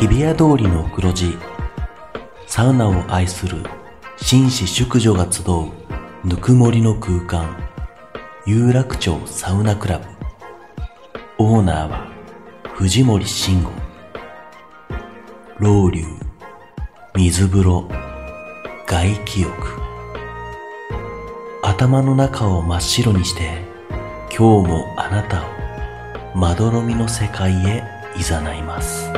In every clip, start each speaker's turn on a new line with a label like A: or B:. A: 日比谷通りの黒字サウナを愛する紳士淑女が集うぬくもりの空間有楽町サウナクラブオーナーは藤森慎吾老流水風呂外気浴頭の中を真っ白にして今日もあなたをまどろみの世界へ誘います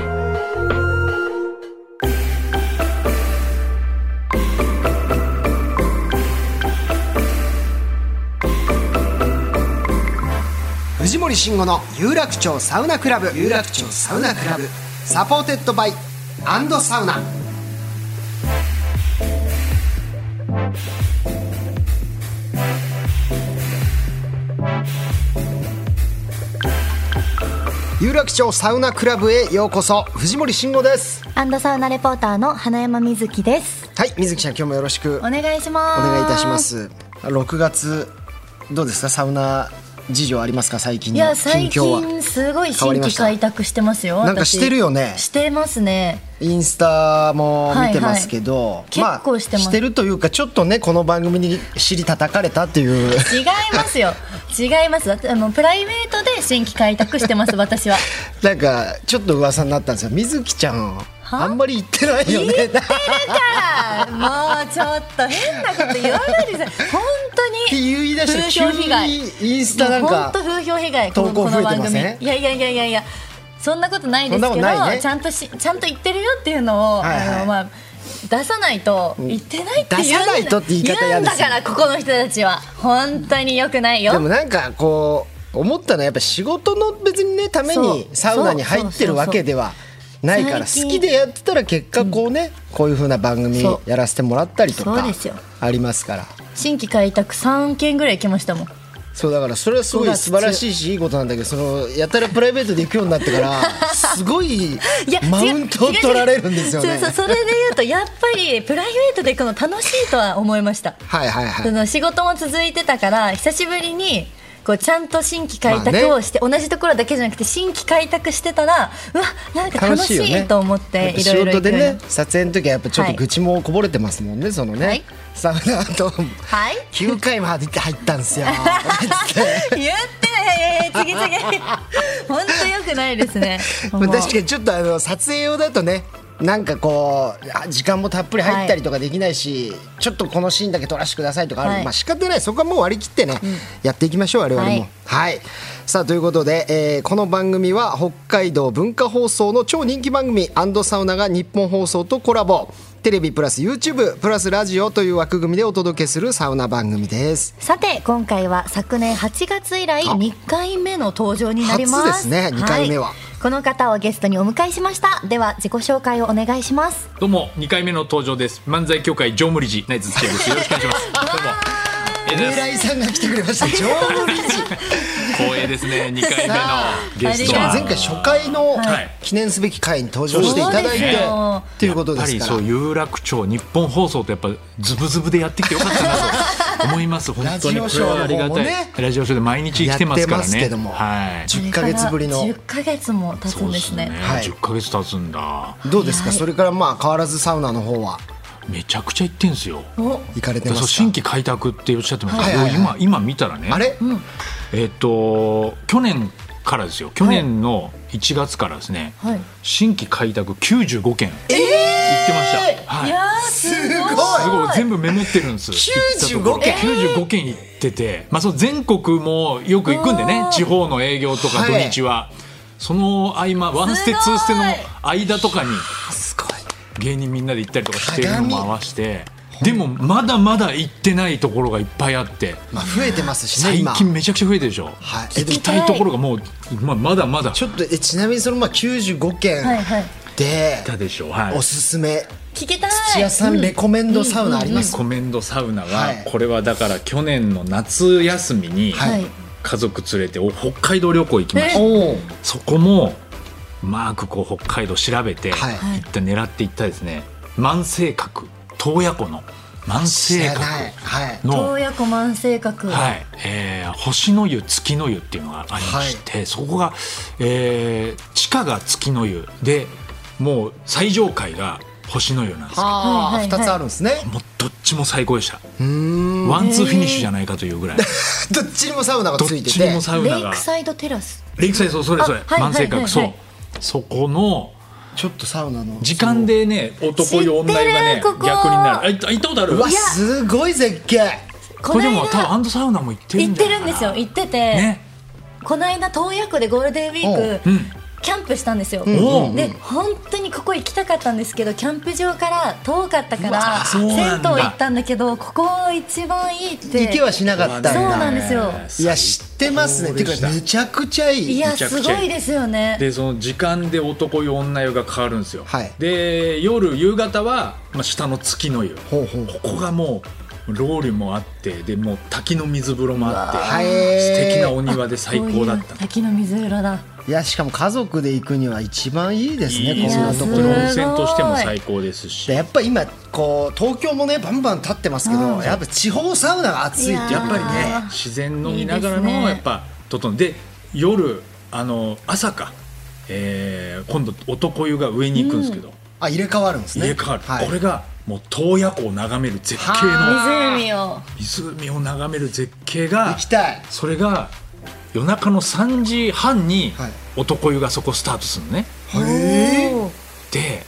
B: 藤森慎吾の有楽町サウナクラブ有楽町サウナクラブサポーテッドバイアンドサウナ有楽町サウナクラブへようこそ藤森慎吾です
C: アンドサウナレポーターの花山瑞希です。
B: はい水木ちゃん今日もよろしくお
C: お願いします。
B: 願いいたしま。す6月どうですかサウナ事情ありますか最近
C: い
B: の
C: や
B: 近
C: 最
B: 況は
C: 近すごい
B: 変わ
C: 新
B: りま
C: 規
B: した
C: 開拓してますよ。
B: なんかしてるよね
C: 私してますね。
B: インスタも見てますけど、
C: い結構してます
B: してるというかちょっとねこの番組に尻叩かれたっていう
C: 違いま すよ。違います。だってあのプライベートで新規開拓してます 私は。
B: なんかちょっと噂になったんですよ水木ちゃんあんまり言ってないよね
C: 言ってるからもうちょっと変なこと言わないでください。本当に。
B: って言い出したら
C: 風評被害。
B: 急にインスタなんか
C: もう本当風評被害。
B: 投稿
C: このこの
B: 増えて
C: 番
B: ま
C: 組。い
B: せん
C: やいやいやいやいや。そんなことないですけど、
B: そんなことないね
C: ちゃんとしちゃんと言ってるよっていうのを、
B: はいはい
C: あのまあ出さないと言ってないって言う
B: 出さ
C: んだ
B: ないとって言い方嫌ですよ
C: 言うんだからここの人たちは本当に良くないよ。
B: でもなんかこう思ったのはやっぱ仕事の別にねために
C: そう
B: サウナに入ってるわけではないから
C: 最近
B: 好きでやってたら結果こうね、こういう風な番組
C: そう
B: やらせてもらったりと
C: そ
B: か
C: うですよ
B: ありますから
C: 新規開拓三件ぐらい行きましたもん。
B: そうだからそれはすご
C: 5
B: い
C: 月
B: 素晴らしいしいいことなんだけどそのやたらプライベートで行くようになってからすごい
C: いや
B: マウントを取られるんですよ
C: 違う違
B: ね
C: うそう。そうそれで言うとやっぱりプライベートで行くの楽しいとは思いました。
B: はいはいは
C: そ
B: い。
C: の仕事も続いてたから久しぶりにこうちゃんと新規開拓をして、同じところだけじゃなくて新規開拓してたらうわなんか楽しい
B: よね
C: と思っていろいろ
B: やっぱ仕事で
C: 行くよう
B: ね
C: に
B: 撮影の時はやっぱちょっと
C: はい
B: 愚痴もこぼれてますもんねそのね、
C: はい
B: サウナと
C: はい
B: 9回まで入ったんです よ
C: 言ってない 次次本当良くないですねもう
B: 確かにちょっとあの撮影用だとねなんかこうあ時間もたっぷり入ったりとかできないし、ちょっとこのシーンだけ撮らせてくださいとかある、
C: はい
B: まあ仕方ないそこはもう割り切ってね、やっていきましょう我々も
C: は
B: はいい、さあということで、えーこの番組は北海道文化放送の超人気番組アンドサウナが日本放送とコラボテレビプラス YouTube プラスラジオという枠組みでお届けするサウナ番組です
C: さて今回は昨年8月以来2回目の登場になります
B: 初ですね二回目はい
C: この方をゲストにお迎えしましたでは自己紹介をお願いします
D: どうも二回目の登場です。漫才協会常務理事ナイツ土屋です。よろしくお願いし ます。どうも。え
B: 村井さんが来てくれました常務理事
D: 光栄ですね。二回目のゲス
C: し
D: ト
C: か
D: は
C: も
B: 前回初回の
D: はい
B: 記念すべき回に登場していただい
C: そうです
B: て
C: よ
B: ということです
D: やっ
B: か
D: ぱ
B: ら
D: りそう有楽町日本放送とやっぱズブズブでやってきてよかったな と思います。本当に
B: ラジオ
D: こ
B: シ
D: れ
B: ョーの
D: はありがたい。
B: 方もね
D: ラジオショーで毎日来てますから
B: やってますけ
D: ね。
B: ども
D: はい。
B: 10ヶ月ぶりの
C: それから10ヶ月も経つんですね
B: はい
D: 十ヶ月経つんだ。
B: どうですか
C: はい
B: それからまあ変わらずサウナの方は
D: めちゃくちゃ行ってんすよ。
C: お
B: 行かれて
D: そ
B: ま
D: う
B: す
D: 新
B: か
D: 規開拓っておっしゃってましたけど、
B: はいはいは
D: 今今見たらね。
B: あれ
D: えっ、と去年からですよ去年の1月からですね、
C: はい
D: 新規開拓95件行ってました、はい
C: いやーすごい
B: すごい
D: すごい全部メモってるんです
B: 95件
D: 95件行ってて、まあ、その全国もよく行くんでね地方の営業とか土
B: はい
D: 日は、その合間ワンステツーステの間とかに
B: すごい
D: 芸人みんなで行ったりとかしてるのも合わせてでもまだまだ行ってないところがいっぱいあって
B: まあ増えてますしね
D: 最
B: 今
D: 近めちゃくちゃ増えてるでしょ、
B: はいえ
D: 行
B: でも
D: きたいところがもう、まあ、まだまだ
B: ちょっとえちなみにそのまあ95件
C: はいはい
B: で
D: たでしょ、はい
B: お、すすめ
C: 聞けたい
B: 土屋さんレコメンドサウナあります
D: コメンドサウナは、
B: はい
D: これはだから去年の夏休みに
B: はい
D: 家族連れてお北海道旅行行きました、
C: え
B: おお
D: そこもうまくこう北海道調べて、
B: はい
D: 行った狙って行ったですね万世閣洞爺湖の万世閣
B: ないはい
D: の
C: 洞爺湖万世閣
D: はいえー星の湯月の湯っていうのがありまして、そこが、えー地下が月の湯でもう最上階が星の湯なんですけど
B: ああ、
C: はいはいはい
B: 2つあるんですね
D: もうどっちも最高でした
B: うーん
D: ワンツーフィニッシュじゃないかという ぐらい
B: どっちにもサウナが
D: どっ
B: ついて
D: ち
B: て
D: にもサウナ
C: レイ
D: が
C: クサイドテラス
D: レイクサイドそうそれそれ
C: あはい
D: 万世
C: はいはいはい
D: 閣そうそこの
B: ちょっとサウナの
D: 時間でね男湯女湯がね
C: 知ってるここ
D: 逆になるあ行った行ったことある
B: うわすごい絶景
D: こ
C: こ
D: れ
C: の
D: でも多分
C: 間
D: アンドサウナも行ってる
C: 行
D: ん
C: っ
D: だ
C: てるんですよ行ってて、
D: ね
C: この間洞爺湖でゴールデンウィーク、
D: うん
C: キャンプしたんですよ、
D: おう
C: で本当にここ行きたかったんですけどキャンプ場から遠かったか
D: うわ
C: ら
D: そう
C: 銭湯
D: なんだ
C: 行ったんだけどここ一番いいって
B: 行けはしなかったんだ
C: そうなんですよ
B: いや知ってますね
D: そう
B: て
D: で
B: か
D: した
B: めちゃくちゃいい
C: いや
D: めちゃ
C: す
D: くち
C: ご
D: ゃいい
C: いですよね
D: でその時間で男湯女湯が変わるんですよ、
B: はい
D: で夜夕方は、まあ、下の月の湯
B: ほうほう
D: ここがもうロウリュもあってでもう滝の水風呂もあって
B: わー
D: 素敵なお庭で最高だっ
C: こうい
D: た
C: う滝の水色だ
B: いやしかも家族で行くには一番いいですね
D: いい
B: こんな
D: 本
B: と
D: 当
B: こ
D: に
B: ろ
D: 温
C: やすごい
D: 泉としても最高ですし
B: でやっぱ今こう東京もねバンバン立ってますけど、
C: うん
B: やっぱ地方サウナが熱いってやっぱり
C: い
B: ね
C: や
D: 自然の見ながら
C: いいです
D: の
C: ね
D: やっぱ整んで夜あの朝か、えー今度男湯が上に行くんですけど、
B: あ入れ替わるんですね
D: 入れ替わる、
B: はい
D: これがもう洞爺湖を眺める絶景
B: は
D: の
C: 湖を
D: 湖を眺める絶景
B: 行
D: が
B: きたい
D: それが夜中の3時半に
B: はい
D: 男湯がそこスタートするのね、
B: へー
C: おー
D: で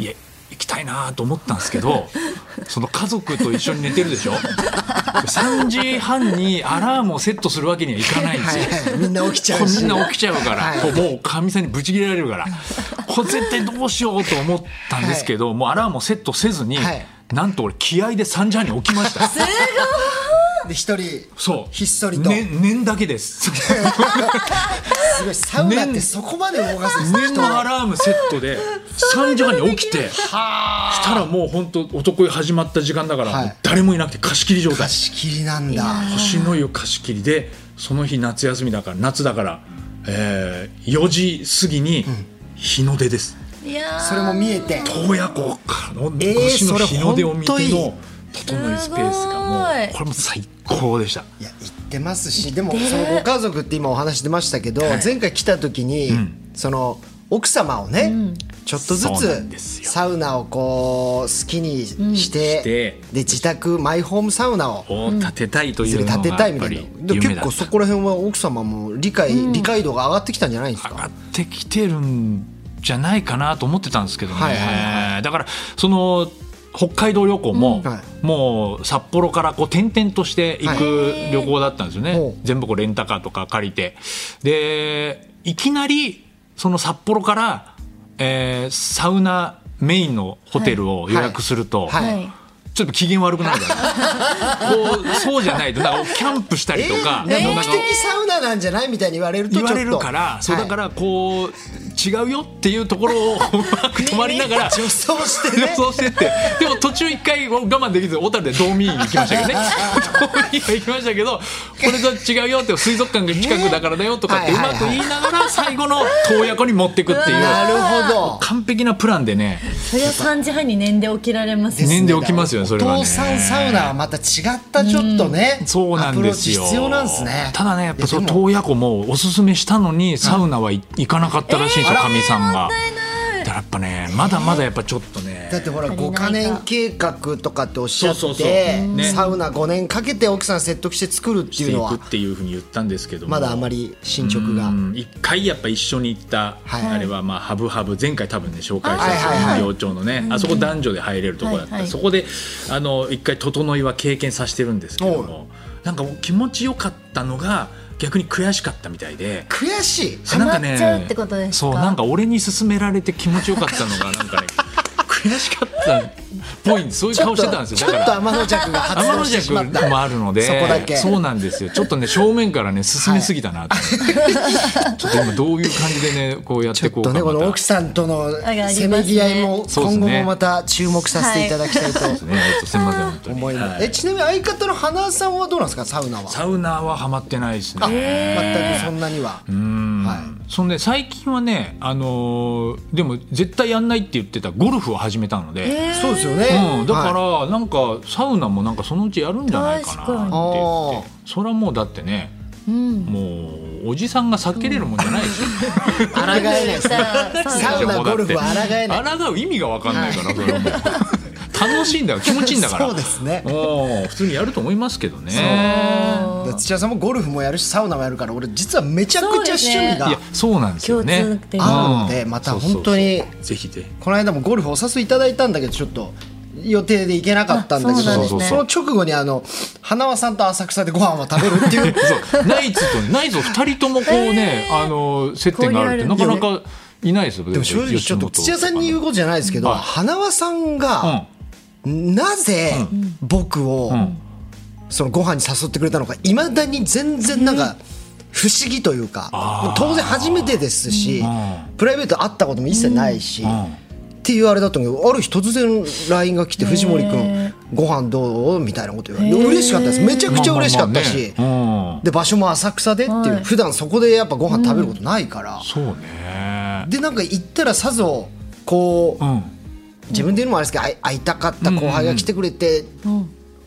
D: いや行きたいなと思ったんです けどその家族と一緒に寝てるでしょ3時半にアラームをセットするわけにはいかないんです
B: はい
D: よ
B: はいみんな起きちゃ
D: こ
B: う
D: う
B: し
D: みんな起きちゃうから、
B: はい
D: こうもうかみさんにぶち切れられるからこれ絶対どうしようと思ったんですけど、もうアラームをセットせずに、
B: はい
D: なんと俺気合で3時半に起きました
B: で一人
D: そう
B: ひっそりと
D: ね念だ けです
B: すごいサウナってそこまで動かすんですね
D: 念のアラームセットで3時半に起きてしたらもう本当男湯始まった時間だから、
B: はい
D: もう誰もいなくて貸し切り状態
B: 貸し切りなんだ
D: 星の湯貸し切りでその日夏休みだから夏だから、えー4時過ぎに日の出です
C: いやー
B: それも見えて
D: 洞爺湖からの
B: えー
D: 星の日の出を見て
B: それ
D: の
B: 本
D: 整いスペースがもう
C: すごい
D: これも最高でした
B: いや行ってますしでもそのご家族って今お話出ましたけど、前回来た時に、その奥様をね、ちょっとず
D: そうなんです
B: つ
D: よ
B: サウナをこう好きにして,、
D: して
B: で自宅マイホームサウナを
D: を建てたいと
B: い
D: い
B: ず
D: う
B: れ
D: のが
B: 建てたい
D: や
B: み
D: っ
B: た
D: ぱ
B: いな
D: り
B: で結
D: 夢だった
B: 構そこら辺は奥様も理解、理解度が上がってきたんじゃないです
D: 上が
B: か
D: ってきてるんじゃないかなと思ってたんですけどね、
B: はいは
D: だからその北海道旅行
B: う
D: も、
B: んは
D: もう札幌からこう転々としていく
C: はい
D: 旅行だったんですよね、
B: ほう
D: 全部こうレンタカーとか借りてでいきなりその札幌から、えーサウナメインのホテルを予約すると、
B: はい
C: はい
D: ちょっと機嫌悪くなるから、こうそうじゃないとなんかキャンプしたりとか、
B: えー
D: な
B: 目
D: んか
B: 的サウナなんじゃないみたいに言われるとちょ
D: 言
B: っと
D: われるから、そうだかららこう違うよっていうところをうまく止まりな がら。
B: 女装して
D: 予
B: ね
D: 想してってでも途中一回我慢できず小樽で道民院行きましたけどね道民院は行きましたけどこれと違うよって水族館が近くだからだよとかってう
B: ねは
D: ま
B: いはい
D: く言いながら最後の洞爺湖に持ってくっていう
B: なるほど
D: 完璧なプランでね
C: それは3時半に寝んで起きられます
D: ね念で起きますよねそれはね
B: お父さんサウナはまた違ったちょっとね、
D: そうなんですよ
B: アプローチ必要なんですね
D: ただねやっぱその
B: いでも
D: 洞爺湖もおすすめしたのにサウナはい行かなかったらしいんですよかみさんが。だからやっぱねまだまだやっぱちょっとね
B: だってほら
C: 足
B: 5
C: りないか
B: か年計画とかっておっしゃって
D: そうそうそうね
B: サウナ5年かけて奥さん説得して作るって
D: し
B: い
D: て
B: う
D: い
B: のは
D: くっていうふうに言ったんですけども
B: まだあまり進捗が
D: うん一回やっぱ一緒に行った、
B: はい
D: あれはまあハブハブ前回多分ね紹介したんです
B: はいはいはい
D: けど寮長のねあそこ男女で入れるとこだった、
C: はいはい
D: そこであの一回整いは経験させてるんですけどもなんかもう気持ちよかったのが逆に悔しかったみたいで。
B: 悔しい
C: ハマっちゃうってことですか
D: そうなんか俺に勧められて気持ちよかったのがなんかね悔しかったっぽいんですそういう
B: ちょ
D: 顔
B: っ
D: して
B: と
D: たんです
B: ち
D: よ
B: ょ
D: だ
B: っ
D: か
B: と
D: ら
B: 天の弱が発
D: 天
B: 動
D: の
B: してしまった
D: 弱もあるので
B: そこだけ
D: そうなんですよちょっとね正面からね進みすぎたなと、 ちょっと今どういう感じでねこうやっ
B: ちょ
D: て
B: っ
D: こう
B: と
D: か
B: ねこの
D: また
B: 奥さんとの
C: ありますね
B: せめぎ合いも
D: そうです
B: 今後
D: ね
B: もまた注目させていただきたいと
D: ねえっとすみません本当に
B: 思います、
D: はい
B: えちなみに相方の花さんはどうなんですかサウナは
D: サウナはハマってないですね、
B: あ全くそんなには、
D: うん
B: はい
D: そんで最近はね、あのーでも絶対やんないって言ってたゴルフを始めたので、
C: えー
B: そうですよね、
D: うん、だから、
B: はい
D: なんかサウナもなんかそのうちやるんじゃないかなって言
C: 確
B: か
D: っ
B: に
D: てそれはもうだってね
C: うん
D: もうおじさんが避けれるもんじゃないでしょ、
B: 抗えないですね
C: さあ
B: サウナゴルフは抗えない
D: 抗う意味が分かんないから、それはもう楽しい んだよ気持ちいいんだから
B: そうですね
D: お普通にやると思いますけどね
C: そう
B: で土屋さんもゴルフもやるしサウナもやるから俺実はめちゃくちゃ趣味
D: い
B: が
D: やそうなんですよね
C: 共通点
B: あるので
D: うん
B: また本当に
D: そうそうそうぜひぜひ
B: この間もゴルフお誘いいただいたんだけどちょっと予定で行けなかったんだけ
C: あ
B: ど
D: そうなんです
B: そ
D: ね
B: の直後にあの花輪さんと浅草でご飯を食べる っていう
D: そうナイツとナイツ二人ともこうね、あの接点があるってなかなかいないですよ。で
B: でも正直ちょっと土屋さんに言うことじゃないですけど
D: はい
B: 花輪さんがなぜ僕を
D: ん
B: そのご飯に誘ってくれたのかいまだに全然なんか不思議というか当然初めてですし
D: ん
B: プライベート会ったことも一切ないし。っていうあれだったんだけどある日突然 LINE が来て「藤森君ご飯どう?」みたいなこと言われて嬉しかったですめちゃくちゃ嬉しかったし
D: うん、
B: で場所も浅草でっていう普段そこでやっぱご飯食べることないから
D: そうね。
B: でなんか行ったらさぞこう
D: うん、
B: 自分で言うのもあれですけどあい会いたかった後輩が来てくれてっ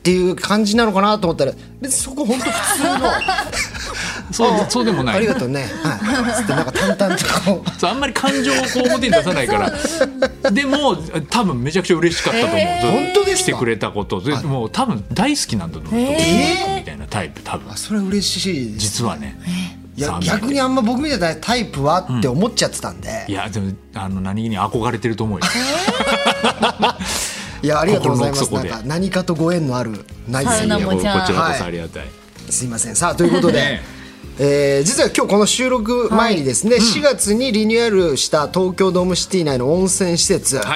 B: ていう感じなのかなと思ったら別にそこ本当普通の
D: そうそうでもな
B: あり
D: い
B: が。とうねはいつってなんか淡々とこう
D: そうあんまり感情をこう表に出さないから。でも多分めちゃくちゃ嬉しかったと思う。
C: えー
B: 本当ですか
D: 来てくれたことでもう多分大好きなんだと思う。
C: えー
D: みたいなタイプ多分
B: あ それは嬉しいです
D: 実はね。
B: いや
D: 残念
B: 逆にあんま僕みたいなタイプはって思っちゃってたんで、
D: いやでもあの何気に憧れてると思うよ。
B: いやありがとうございますなん
D: 心の奥底で
B: か何かとご縁のあるない
C: サウナ
D: いや
C: も
D: こち
C: じゃあ
D: らこ
B: はい
D: そありがたい。
B: すいませんさあということ で
D: ね、
B: えー実は今日この収録前にですね、4月にリニューアルした東京ドームシティ内の温泉施設、
D: はい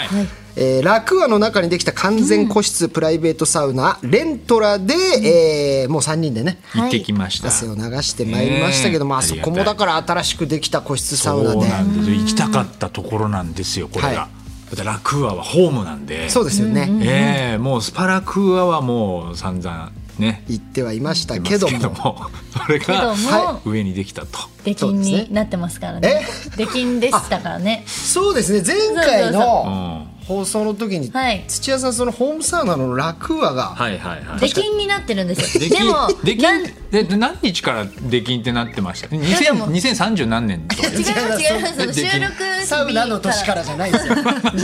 B: えーラクアの中にできた完全個室プライベートサウナ、レントラで、えーもう3人でね
C: い
D: 行ってきました。
B: 汗を流してまいりましたけど、
D: ねえ
B: まあ
D: あり
B: そ
D: がたい
B: こもだから新しくできた個室サ
D: そ
B: ウナ
D: う
B: で
D: なんですよ行きたかったところなんですよこれが、
B: は
D: だってラクーアはホームなんで
B: そうですよね、
D: ええもうスパラクーアはもう散々ね
B: 行ってはいました
D: 言
B: け
D: ってま
B: ど
D: す
B: も
D: けどもそれ
C: けど
D: が
B: は
C: も
D: 上にできたと
C: 出禁になってますからね出禁でしたからね
B: そうですね前回
D: う
B: の
D: ん
B: 放送の時に、
C: はい
B: 土屋さんそのホームサウナのラクーアが、
D: はいはいはい
C: 出禁になってるんですよでも
D: でき
C: なん
D: んでで何日からできんってなってました
C: やでも
D: 2000 2030何年とか
C: 違います違いますその
D: で
C: 収
D: きん
C: 録 日
B: サウナの年からじゃない ですよ2037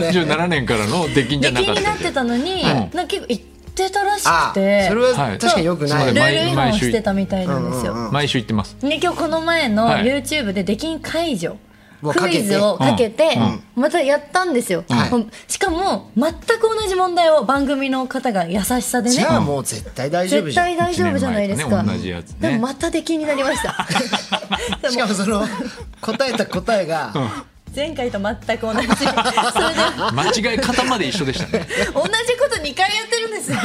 B: 年
D: 37年からのできんじゃ
C: 出
D: な
C: 禁
D: かっ
C: に
D: た
C: な
D: っ
C: っててたのに、
D: はい
C: なんか結構行ってたらし
B: あ
C: く
B: それ
C: て
B: は
D: はい
B: 確かによくない、
D: そう
C: ル
D: で
C: ール違反
D: 毎
C: を
D: 週
C: してたみたいなんですよ、
D: 毎週行ってます
C: で今日この前の
D: はい
C: YouTube で「出禁解除」
B: をか
C: ク
B: けて
C: イズをかけて
D: うん
C: またやったんですよ、
B: はい
C: うんしかも全く同じ問題を番組の方が優しさで
B: じ
C: ね
B: ゃあもう絶対大丈夫
C: 絶
B: じゃん
C: 対大丈夫じゃないです
D: 一年
C: か、
D: 前とね同じやつね
C: でもまた出禁になりました でも
B: しかもその答えた答えが、
C: 前回と全く同じ それで
D: 間違い方まで一緒でしたね
C: 同じこと2回やってるんですよ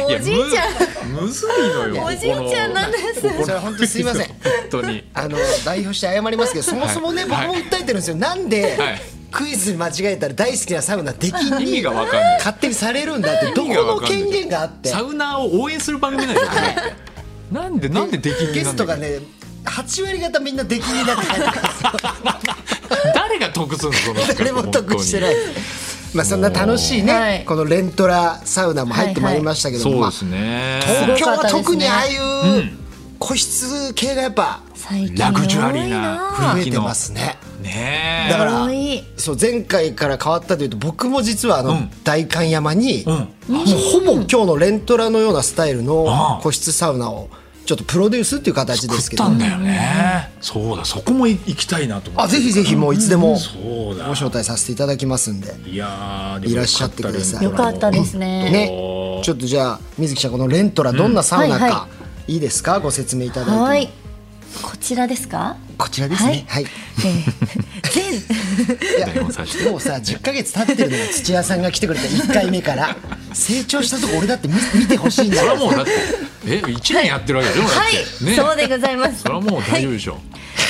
C: もう お
D: いや
C: じいちゃん
D: むむずいのよ
C: おじいちゃんなんです
D: ここの
B: それは本当にすいません
D: 本当に
B: あの代表して謝りますけどそもそもね、
D: はい
B: 僕も訴えてるんですよなんで、
D: はい
B: クイズ間違えたら大好きなサウナできん
D: 意味
B: に
D: がわかんない
B: 勝手にされるんだってど
D: 意味が
B: こ
D: わ
B: の
D: かんない
B: 権限があって
D: サウナーを応援する番組なんですよこれなんでなんで出禁
B: ゲ
D: にな
B: ス
D: ん
B: ト
D: だ
B: がね8割方みんな出禁になって帰ってくる
D: 誰が得するのその
B: 誰も得してないまあそんな楽しいね、
C: はい
B: このレントラサウナも入ってまいりましたけども、
D: そうですね
B: まあ東京は特にああい
D: すね
B: う個室系がやっぱ
C: 最近
D: ラグジュアリー
C: 多い
D: な
B: 増
D: 雰囲
B: え
D: 気
B: て
D: の
B: ますね
D: ねえ
B: だから
C: 多い
B: そう前回から変わったというと僕も実はあの、
D: うん
B: 代官山に、
D: うん
B: もうほぼ今日のレントラのようなスタイル
D: あ
B: の
D: あ
B: 個室サウナをちょっとプロデュースっていう形で
D: 作
B: す
D: っ
B: けど
D: たんだよねそうだそこもい行きたいなと思っ
B: あ
D: て
B: ぜひぜひもういつでも
D: そうだ
B: ご招待させていただきますんで
D: いやーでも
B: いらっしゃってください
C: よかったですね
B: ね
D: おー
B: ちょっとじゃあ水木ちゃんこのレントラどんなサウナか、
C: うん
B: い
C: はいい
B: ですかご説明いただいても
C: はいこちらですか
B: こちらですねはい、
C: えー全
B: いや
D: 台本させて
B: もうさ10ヶ月経ってるのよ土屋さんが来てくれた1回目から成長したとこ俺だって見見てほしいんだ
D: それ
B: よ
D: はもうだってえ一年やってるわけでしょだって
C: はい、
D: ね
C: そうでございます
D: それはもう大丈夫でしょ
C: は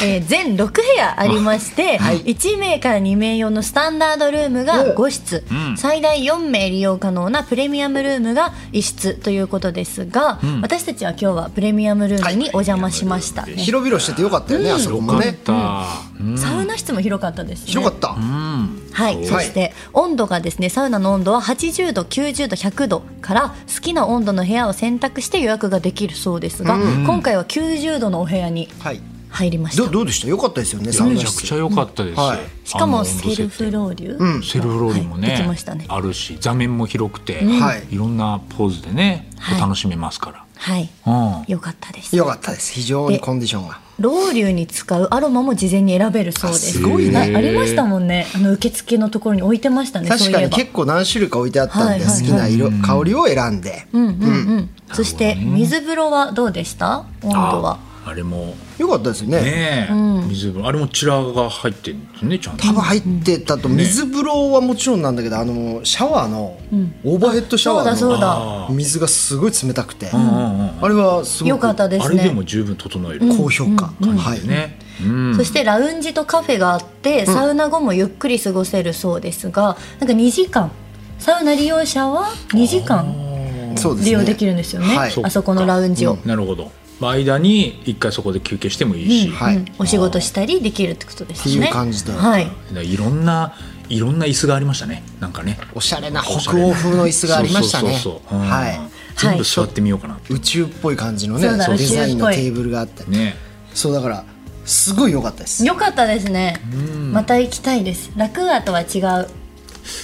C: えー全6部屋ありまして、1名から2名用のスタンダードルームが5室、
D: うん
C: 最大4名利用可能なプレミアムルームが1室ということですが、私たちは今日はプレミアムルームにお邪魔しましたね、
B: 広々しててよかったよね、あそこ
D: よ
B: も
D: かっ
B: ね
D: た、うん
C: サウナ室も広かったですね
B: 広かった、
C: はい、そして温度がですねサウナの温度は80度90度100度から好きな温度の部屋を選択して予約ができるそうですが、今回は90度のお部屋に
B: はい
C: 入りました
B: どどうでしたよかったですよねサウ
D: め
B: ナ
D: ちゃく
B: 室
D: ちゃ良かったです、
B: はい
C: しか
D: あ
C: も
D: の
C: セルフロウリュ、
D: セルフローリンもね,、
C: はいできましたね
D: あるし座面も広くて、
B: はい
D: いろんなポーズでね、
C: はい
D: 楽しめますか
C: はい
D: ら、うん、
C: 良かったです
B: よかったです非常にコンディションが
C: ロウリュに使うアロマも事前に選べるそうです
B: あすごいね
C: はいありましたもんねあの受付のところに置いてましたね
B: 確
C: そう
B: か
C: いえ
B: に
C: ば
B: 結構何種類か置いてあったんで、
C: はいはいはい
B: 好きな色香りを選んで、
C: うんうんうん、そして水風呂はどうでした温度は
D: ああれも
B: よかったですよね
D: ねえ、水分あれもチラが入ってるんですねちゃんと
B: 多分入ってたと、水風呂はもちろんなんだけどあのシャワーの、オーバーヘッドシャワ
C: そうだそう
B: ー
C: だ
B: の水がすごい冷たくて、
D: うんうんうん
B: あれはすごく
C: 良かったですね
D: あれでも十分整える、
B: 高評価、はい、
D: ね、うん
C: そしてラウンジとカフェがあってサウナ後もゆっくり過ごせるそうですが、なんか2時間サウナ利用者は2時間
B: そうですね
C: 利用できるんですよね
B: はい
C: あそこのラウンジを、
D: なるほどまあ間に一回そこで休憩してもいいし、
C: うん
B: はい
C: お仕事したりできるってことですね
B: っていう感じだよ
C: はい
D: いろんないろんな椅子がありましたねなんかね
B: おしゃれな北欧風の椅子がありましたね
D: そうそうそうそううん
B: はい
D: 全部座ってみようかな、
B: 宇宙っぽい感じのね
C: そうだ
B: そうデザインの
C: 宇宙っ
B: テ
C: ぽい
B: ーブルがあって
D: ね
B: そうだからすごい良かったです
C: 良かったですねまた行きたいですラクーアとは違う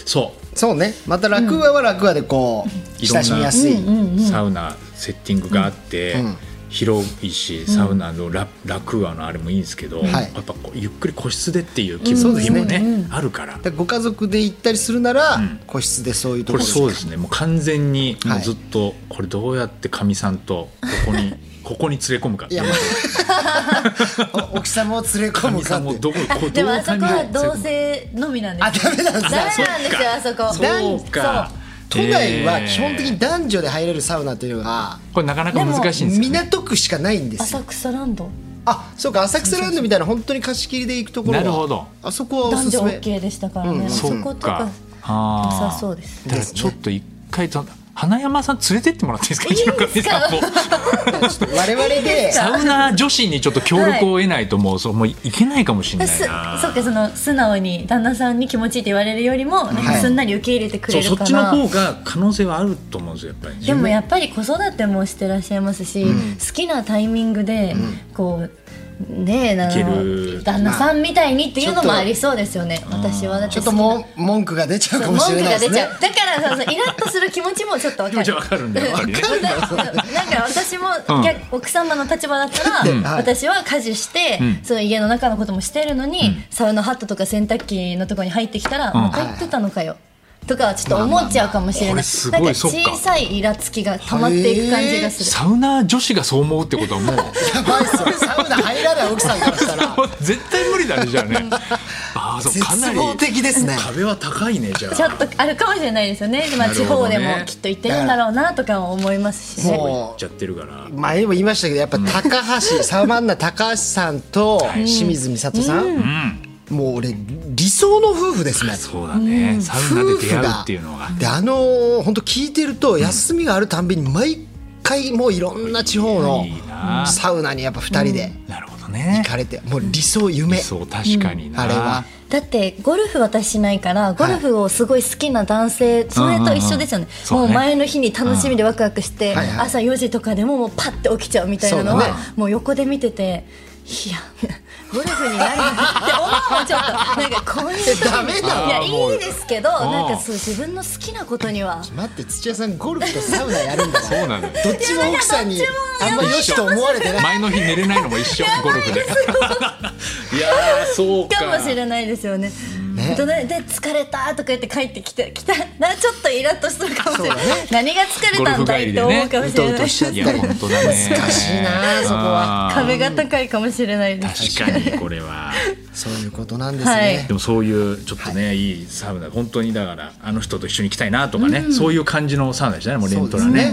D: そ
B: そうねまた楽話は楽話でこう、
D: いろんな
B: 親しみやすい、
D: う、サウナセッティングがあって、
B: うん
D: 広いしサウナのラ,、ラクーアのあれもいいんですけど、
B: はい
D: やっぱこうゆっくり個室でっていう気分の日もね,、あるから
B: でご家族で行ったりするなら、個室でそういうと
D: こ
B: こ
D: れ
B: ろ
D: そうですねもう完全に
B: はい
D: もうずっとこれどうやってかみさんとこ こにここに連れ込むかって
B: い
D: い
B: や
D: う
B: ま あお奥様を連れ込
D: か
B: む
D: み
B: かっ
D: さん
B: て
D: もどここう
C: で
D: ど
C: も
D: う
C: あそこは同性のみなんですよ
B: あダメなんですね
C: ダメなんですよあそこ
D: そうか
B: 都内は基本的
D: え
B: に
D: ー
B: 男女で入れるサウナというのが
D: これなかなか難しいんですよ、ね、
B: 港区しかないんですよ
C: 浅草ランド
B: あそうか浅草ランドみたいな本当に貸し切りで行くところは
D: なるほど
B: あそこはお
C: 男
B: す
C: 女
B: すめ
C: OK でしたからね、
B: うん
C: あそことか良
D: あー
C: さそうです
D: だからちょっと一回と花山さん連れてってもらっていいですか
C: いいんですか
D: うちの神さんを
B: 我々で
D: サウナ女子にちょっと協力を得ないともうそうもういけないかもしれない
C: すそう
D: な。
C: かその素直に旦那さんに気持ちいいって言われるよりもなんか
B: はい
C: すんなり受け入れてく
D: そ
C: れ
D: うそ
C: る
D: っ
C: か
D: ちの
C: ら、
D: 方が可能性はあると思うんですよやっぱりね、
C: でもやっぱり子育てもしてらっしゃいますし、好きなタイミングでこう、ねえない
D: ける
C: 旦那さんみたいにっていうのもありそうですよね、私はだって
B: ちょっと
C: 好きな
B: もう文句が出ちゃうか
C: 文
B: もしれ
C: 句
B: ない
C: が
B: で
C: 出
B: す
C: ち
B: ね
C: ゃうだからそうそうイラッとする気持ちもちょっとわかる
D: 気持ちわかるんだよやっぱりね
C: わかるんだよ なんか私も、
D: うん
C: 逆奥様の立場だったら、
B: うん
C: 私は家事して、
D: ん
C: その家の中のこともしてるのに、サウナハットとか洗濯機のとこに入ってきたら、
D: ん
C: また入ってたのかよとかはちょっと思っちゃうかもしれない、
D: まあまあまあこれすごい
C: なんか
D: そっか
C: 小さいイラつきが溜まっていく感じがする、
D: サウナ女子がそう思うってことはもう
B: やばいっすよサウナ入らない奥さんからしたら
D: 絶対無理だねじゃあね。ああそうかな
B: 絶
D: り
B: 望的ですね
D: 壁は高いねじゃ
C: ちょ
D: あ。
C: っとあるかもしれないですよね、まあ、
D: な
C: 地
D: るほ
C: 方
D: どね
C: でもきっと行ってるんだろうなとかも思いますしね
D: 行
B: も
D: っちゃってるから
B: う。前も言いましたけどやっぱ高橋、サバンナ高橋さんと清水美里さん、もう俺理想の夫婦ですね
D: そうだね、サウナで出会うっていうのが。
B: であの本当聞いてると休みがあるたんびに毎回もういろんな地方の
D: いいな
B: サウナにやっぱ2人で
D: なるほどね
B: 行。かれてもう理想夢
D: そう確かにな。
B: あれは
C: だってゴルフ私しないからゴルフをすごい好きな男性、それと一緒ですよね、
D: うんうんうん
C: もう前の日に楽しみでワクワクして、
B: はいはい
C: 朝4時とかでももうパッて起きちゃうみたいなの
B: そう
C: は
B: だね
C: もう横で見てていやゴルフになるなって思うもんちょっとなんかこういう時
B: ダメなの
C: いやいいですけど
D: ん
C: なんかそう自分の好きなことには
B: 待って土屋さんゴルフとサウナやるんだから
D: そうなのよ。
B: どっちも奥さんにあんまよしと思われてない
D: 前の日寝れないのも一緒ゴル フでいやーそうか
C: かもしれないですよね。
B: ね
C: 大人で疲れたとか言って帰ってきてきたらちょっとイラッとするかもしれない、
B: そうだ
C: 何が疲れたんだいって思うかもしれ
B: ゴルフ帰りでねうとう
C: な
B: と
C: い
B: しちゃっ
D: いや本当だね
B: 難しいなそこは
D: あー
C: 壁が高いかもしれないです
D: 確かにこれは
B: そういうことなんです
C: はい
B: ね
D: でもそういうちょっとね、い、いサウナ本当にだからあの人と一緒に行きたいなとかね、そういう感じのサウナでしたねもうレントラね
B: そう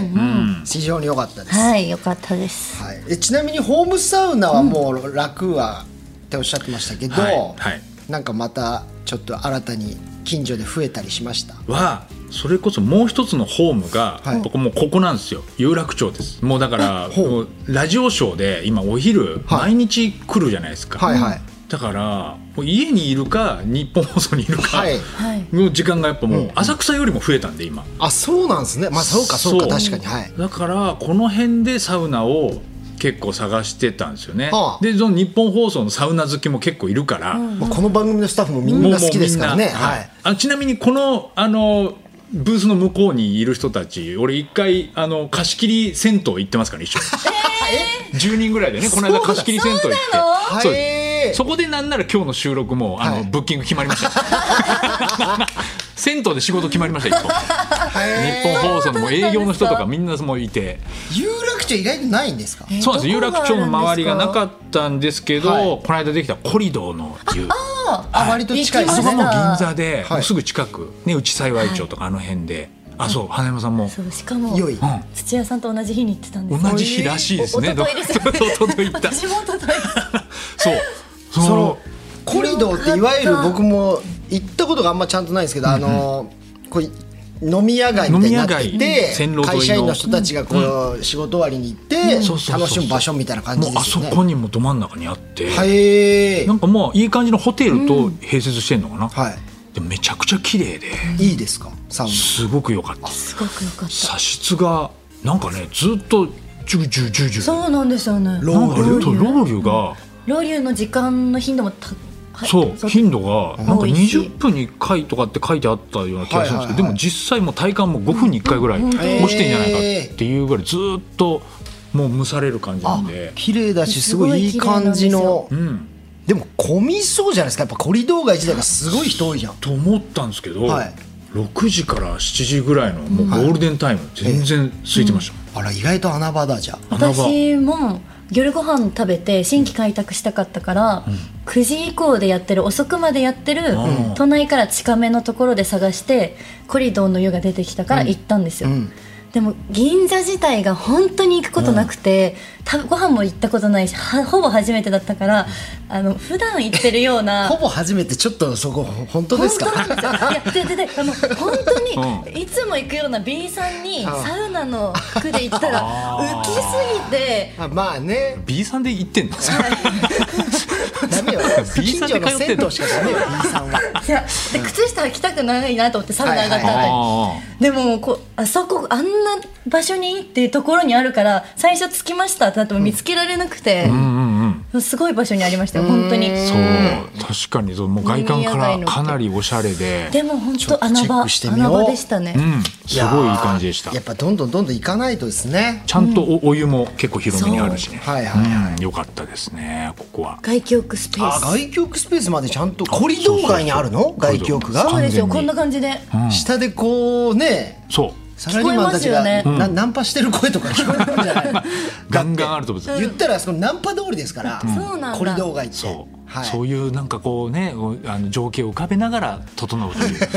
B: です非常に良かったです
C: はい、よかったです。
B: はいえちなみにホームサウナはもう楽はっておっしゃってましたけど、
D: はいはい
B: なんかまたちょっと新たに近所で増えたりしました
D: はそれこそもう一つのホームが、
B: はい
D: 僕もうここなんですよ有楽町ですもうだからもうラジオショーで今お昼、
B: はい
D: 毎日来るじゃないですか、
B: はいはい
D: だからもう家にいるか日本放送にいるか、
B: はい
C: はい。
D: の時間がやっぱもう浅草よりも増えたんで今
B: あそうなんですねまあそうかそうか確かにはい
D: だからこの辺でサウナを結構探してたんですよね、
B: はあ
D: でその日本放送のサウナ好きも結構いるから、
B: まあ、この番組のスタッフもみんな好きですからね
D: もうみんな
B: はい
D: あちなみにこのあのブースの向こうにいる人たち俺一回あの貸し切り銭湯行ってますから一緒に、10人ぐらいでねこの間貸し切り銭湯行って
B: はい
D: そうです
B: はい
D: そこでなんなら今日の収録もあの、
B: はい
D: ブッキング決まりましたよ銭湯で仕事決まりました一個日本放送のもう営業の人とかみんなもういて。
B: 有楽町意外とないんですか
C: えー
D: そうなんです有
C: どこが
D: 楽町の周りがなか
C: あ
D: ったんですけど、
B: はい
D: この間できたコリドーの湯
B: あ割と近いで
D: あ
B: す
D: そこ
B: ね
D: も銀座で、
B: はい
D: もうすぐ近く、ね、内幸町とかあの辺で、あそう花山さんも
C: るんですかそうしかも
B: 良い
C: 土屋さんと同じ日に行ってたんで
D: 同
C: すよ。
D: じ日らしいですね。。
C: おおとといですよね
D: おととい行った。
C: 私もおととい。
D: そう。そ
B: そ
D: の
B: のコリドーっていわゆる僕も行ったことがあんまちゃんとないんですけど、あのこう飲み屋街みたいになって
D: 飲み屋街
B: て
D: 線路沿いの
B: 会社員の人たちがこう、仕事終わりに行って、
D: そうそうそう
B: 楽しむ場所みたいな感
D: も
B: じ
D: う
B: で
D: あ
B: す
D: そ
B: よね。
D: こにもど真ん中にあって、
B: はい
D: なんかもういい感じのホテルと併設してんのかな。
B: は
D: でめちゃくちゃ綺麗で、
B: い、いいですかサウナ。
D: すごく良かった。
C: すごく良かった。
D: 茶室がなんかねずっとジュルジュルジュルジュル。
C: そうなんですよね。
D: なんかねと
C: 流
D: ロウリュが、
C: ロウリュの時間の頻度もたはい
D: そう頻度がなんか
C: 多いし
D: 20分に1回とかって書いてあったような気がするん
B: はいはい
D: ですけど、
B: はい
D: でも実際もう体感も5分に1回ぐらい落ちてんじゃないかっていうぐらいずっともう蒸される感じな
B: あ
D: んで、
B: 綺麗だしす
C: す
B: ご
C: ごい
B: いいい感じの
D: う
B: で
D: ん、
B: も混みそうじゃないですかやっぱコリドー街自体がすごい人多いじゃん
D: と思ったんですけど、
B: はい
D: 6時から7時ぐらいのもうゴールデンタイム全然空いてました、
B: あら意外と穴場だじゃん
D: 穴場
C: 私も夜ご飯食べて新規開拓したかったから、9時以降でやってる遅くまでやってる
D: うん
C: 都内から近めのところで探してコリドーの湯が出てきたから行ったんですよ、
B: うん
C: でも銀座自体が本当に行くことなくて、たご飯も行ったことないしはほぼ初めてだったからあの普段行ってるような
B: ほぼ初めてちょっとそこ本当ですか
C: 本当なんですよいやででであの本当
D: う
C: にいつも行くような B さんに
B: あ
C: サウナの区で行ったら浮きすぎて。
B: あまあね
D: B さんで行って んの
B: ダ メよ
D: B
B: 近
D: さ
B: 所
D: んで
B: の
D: 通って
B: 銭
D: んの
B: 湯しかダメよ B さんはい
C: やで靴下は着たくないなと思ってサウナ上がった後に、
B: はい
D: あ
C: でもこうあそこあんな場所にっていうところにあるから最初着きましたってなっても見つけられなくて、
D: あうんうんうん
C: すごい場所にありましたよ本当に
D: そう確かにそうもう外観からかなりおしゃれで
C: でも本
B: ちょっと
C: 当穴
B: チェッ
C: 場
B: クしてみよ
C: 穴
B: う
C: 場でしたね、
D: うん すごいいい感じでした
B: やっぱどんどんどんどん行かないとですね
D: ちゃんとおお湯も結構広めにあるしね。
B: はいはいはい、
D: うん良かったですね、ここは。
C: 外気浴スペ
B: あ
C: ース
B: 外気浴スペースまでちゃんとコリドー街にあるの
D: そうそうそう
B: 外気浴
D: コ
C: そう
D: リ
B: が
C: ですよ
D: 完全に
C: こんな感じで、
B: 下でこうね
D: そ
B: サラリーマンたちが、
C: 聞こえますよね
B: なナンパしてる声とか聞こえるんじゃない
D: う、 ガンガンあると思うんですよ
B: 言ったらそのナンパ通りですから、
C: そうなんだ
B: コリドー街って
D: そう、
B: はい、
D: そういうなんかこうね、こうあの情景を浮かべながら整うという。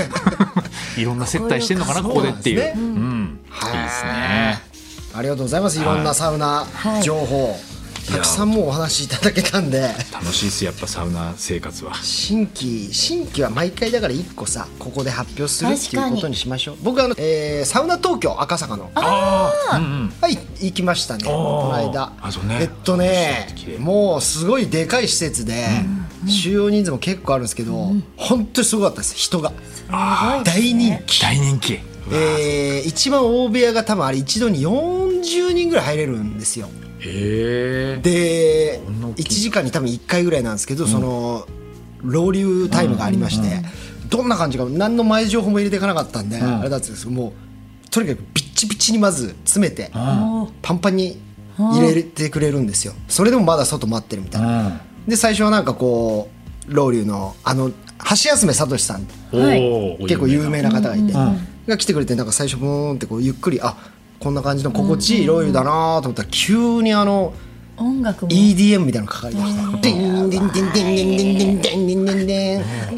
D: いろんな接待してんのかな、ここでっていう。
B: そうなんですね
D: うん、いいですね。
B: ありがとうございますいろんなサウナ
C: はい
B: 情報、たくさんもうお話しいただけたんで
D: 楽しいです、やっぱサウナ生活は。
B: 新規新規は毎回だから1個さここで発表するって
C: 確
B: い
C: か
B: う
C: に
B: ことにしましょう僕あの、えーサウナ東京赤坂の
D: ああ、うんうん。
B: はい行きましたねこの間
D: あそうね
B: えっとね
D: 綺麗
B: もうすごいでかい施設で、収容人数も結構あるんですけど、本当にすごかったです人が
D: あ
B: 大人気、
D: 大人気。うわ
B: えー一番大部屋が多分あれ一度に40人ぐらい入れるんですよ
D: へえ。
B: で
D: んな大きい
B: 1時間に多分1回ぐらいなんですけど、そのロウリュタイムがありまして、どんな感じか何の前情報も入れていかなかったんで、あれだったんですけどもうとにかくビッチビチにまず詰めて、パンパンに入れてくれるんですよそれでもまだ外待ってるみたいな、で最初はなんかこうロウリュのあの橋休め聡さん
D: うん。
C: はい
D: おお。
B: 結構有名な方がいて、
D: ん
B: が来てくれてなんか最初ブーンってこうゆっくりあこんな感じの心地いいロウリュだなと思ったら急にあの。
C: 音楽も
B: EDM みたいなのかかりました。デンデンデンデンデンデンデンデンデンデンデンデン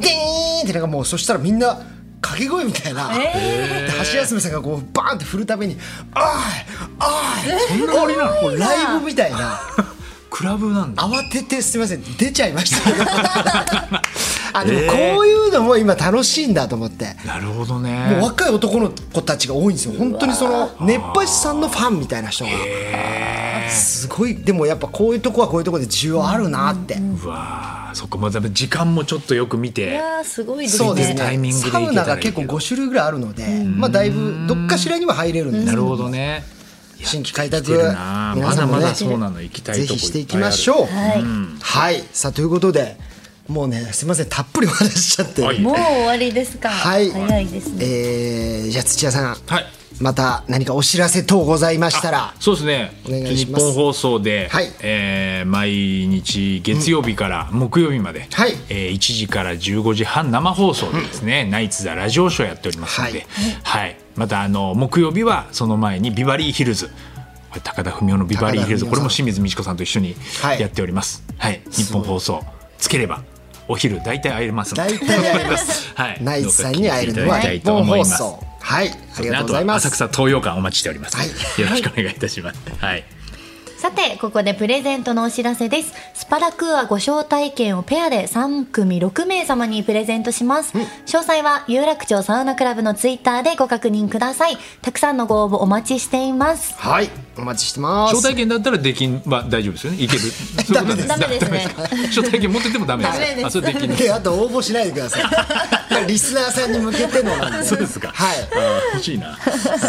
B: デンってなんかもうそしたらみんな掛け声みたいな。で橋休めさんがこうバーンって振るために「あいあい!」
D: そんなノリなの
B: もうライブみたいな
D: クラブなんだ
B: 慌ててすみません出ちゃいましたあでもこういうのも今楽しいんだと思って、
D: なるほど
B: もう
D: ね
B: 若い男の子たちが多いんですよ本当にその熱波師さんのファンみたいな人がすごいでもやっぱこういうとこはこういうとこで需要あるなって、
D: うわーそこまで時間もちょっとよく見
C: い
D: て
C: やーすごいです
B: そうです
C: ね。
B: ね
D: タイミング
B: サ
D: で行けたらい
B: ウ
D: いけど
B: ナが結構5種類ぐらいあるので、まあだいぶどっかしらには入れるんですけ
D: な
B: ど
D: るほどね
B: 新規開拓
D: 来てるな
B: 皆
D: ま
B: さ
D: だ
B: んも
D: ま
B: ね
D: だそうなの行きたいと
B: ぜ
D: こ
B: ひしていき
D: ぱあ
B: ま
D: る
B: しょう
C: はい、
B: はいさあということでもうねすみませんたっぷりお話ししちゃって
D: はい
C: もう終わりですか。
B: はい
C: 早いですね。
B: えーじゃあ土屋さん、
D: はい
B: また何かお知らせ等ございましたら
D: そうですね
B: お願いし
D: 日
B: ます
D: 本放送で、
B: はい
D: えー毎日月曜日から木曜日まで、
B: はい
D: えー1時から15時半生放送でですね、ナイツ・ザ・ラジオショーやっておりますので、
B: は
D: はいいまたあの木曜日はその前にビバリーヒルズこれ高田文雄のビバリーヒル
B: 高田文雄さ
D: ズ
B: ん
D: これも清水美智子さんと一緒に
B: はい
D: やっております、はい日本放送つければお昼大体会えますので
B: 大体会えます
D: はい
B: ナイツさんに会えるのは
D: どうか聞
B: 日
D: いていただ
B: 本
D: きたいと思い
B: 放
D: ます
B: 送はいありがとうござい
D: あ
B: ま
D: と
B: す
D: 浅草東洋館お待ちしております、
B: はい
D: よろしくお願いいたしますはい
C: さてここでプレゼントのお知らせですスパラクーアご招待券をペアで3組6名様にプレゼントします、詳細は有楽町サウナクラブのツイッターでご確認くださいたくさんのご応募お待ちしています
B: はいお待ちしてます
D: 招待券だったらできんは大丈夫ですよね。いける。そういうことは
C: ダメ
D: ダ
C: です
D: メです招待券持っててもダメです。
C: ダメです
D: あ、それできん。
B: であと応募しないでく ださいリスナーさんに向けてのなんで
D: そうですか。
B: はい
D: あー欲しいな。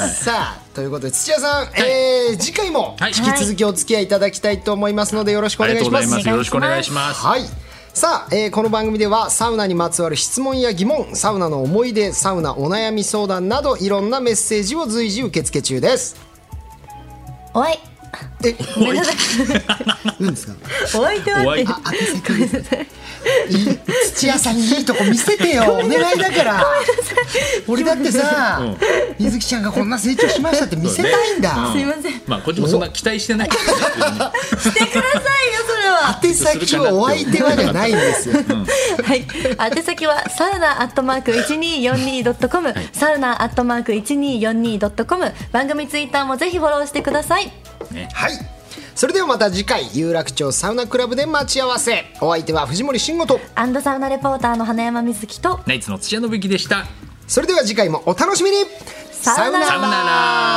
B: さあということで土屋さん、えー次回も
D: はい
B: 引き続きお付き合いいただきたいと思いますのでよろしくお
D: あり
B: 願い
D: がとう
B: し
D: ご
B: ま
D: ざい
B: す。
D: ます。よろしくお願いします。
B: はいさあ、えーこの番組ではサウナにまつわる質問や疑問サウナの思い出サウナお悩み相談などいろんなメッセージを随時受付中です。
C: お会い
B: え
C: ごめんなさい
B: 何ですか
C: お相手は
D: お相手
B: いい土屋さんにいいとこ見せてよお願いだから俺だってさ、水木ちゃんがこんな成長しましたって見せたいんだ、
C: すいませんして
D: まあこっちもそんな期待してない。
C: くださいよそれは
B: 宛先はお相手はじゃないんですよ
C: はい、宛先はサウナアットマーク一二四二ドットコム、サウナアットマーク一二四二ドットコム。番組ツイッターもぜひフォローしてください。
B: はいそれではまた次回有楽町サウナクラブで待ち合わせお相手は藤森慎吾と
C: アンドサウナレポーターの花山瑞希と
D: ナイツの土屋信之でした。
B: それでは次回もお楽しみに
C: さよなら
D: さよなら。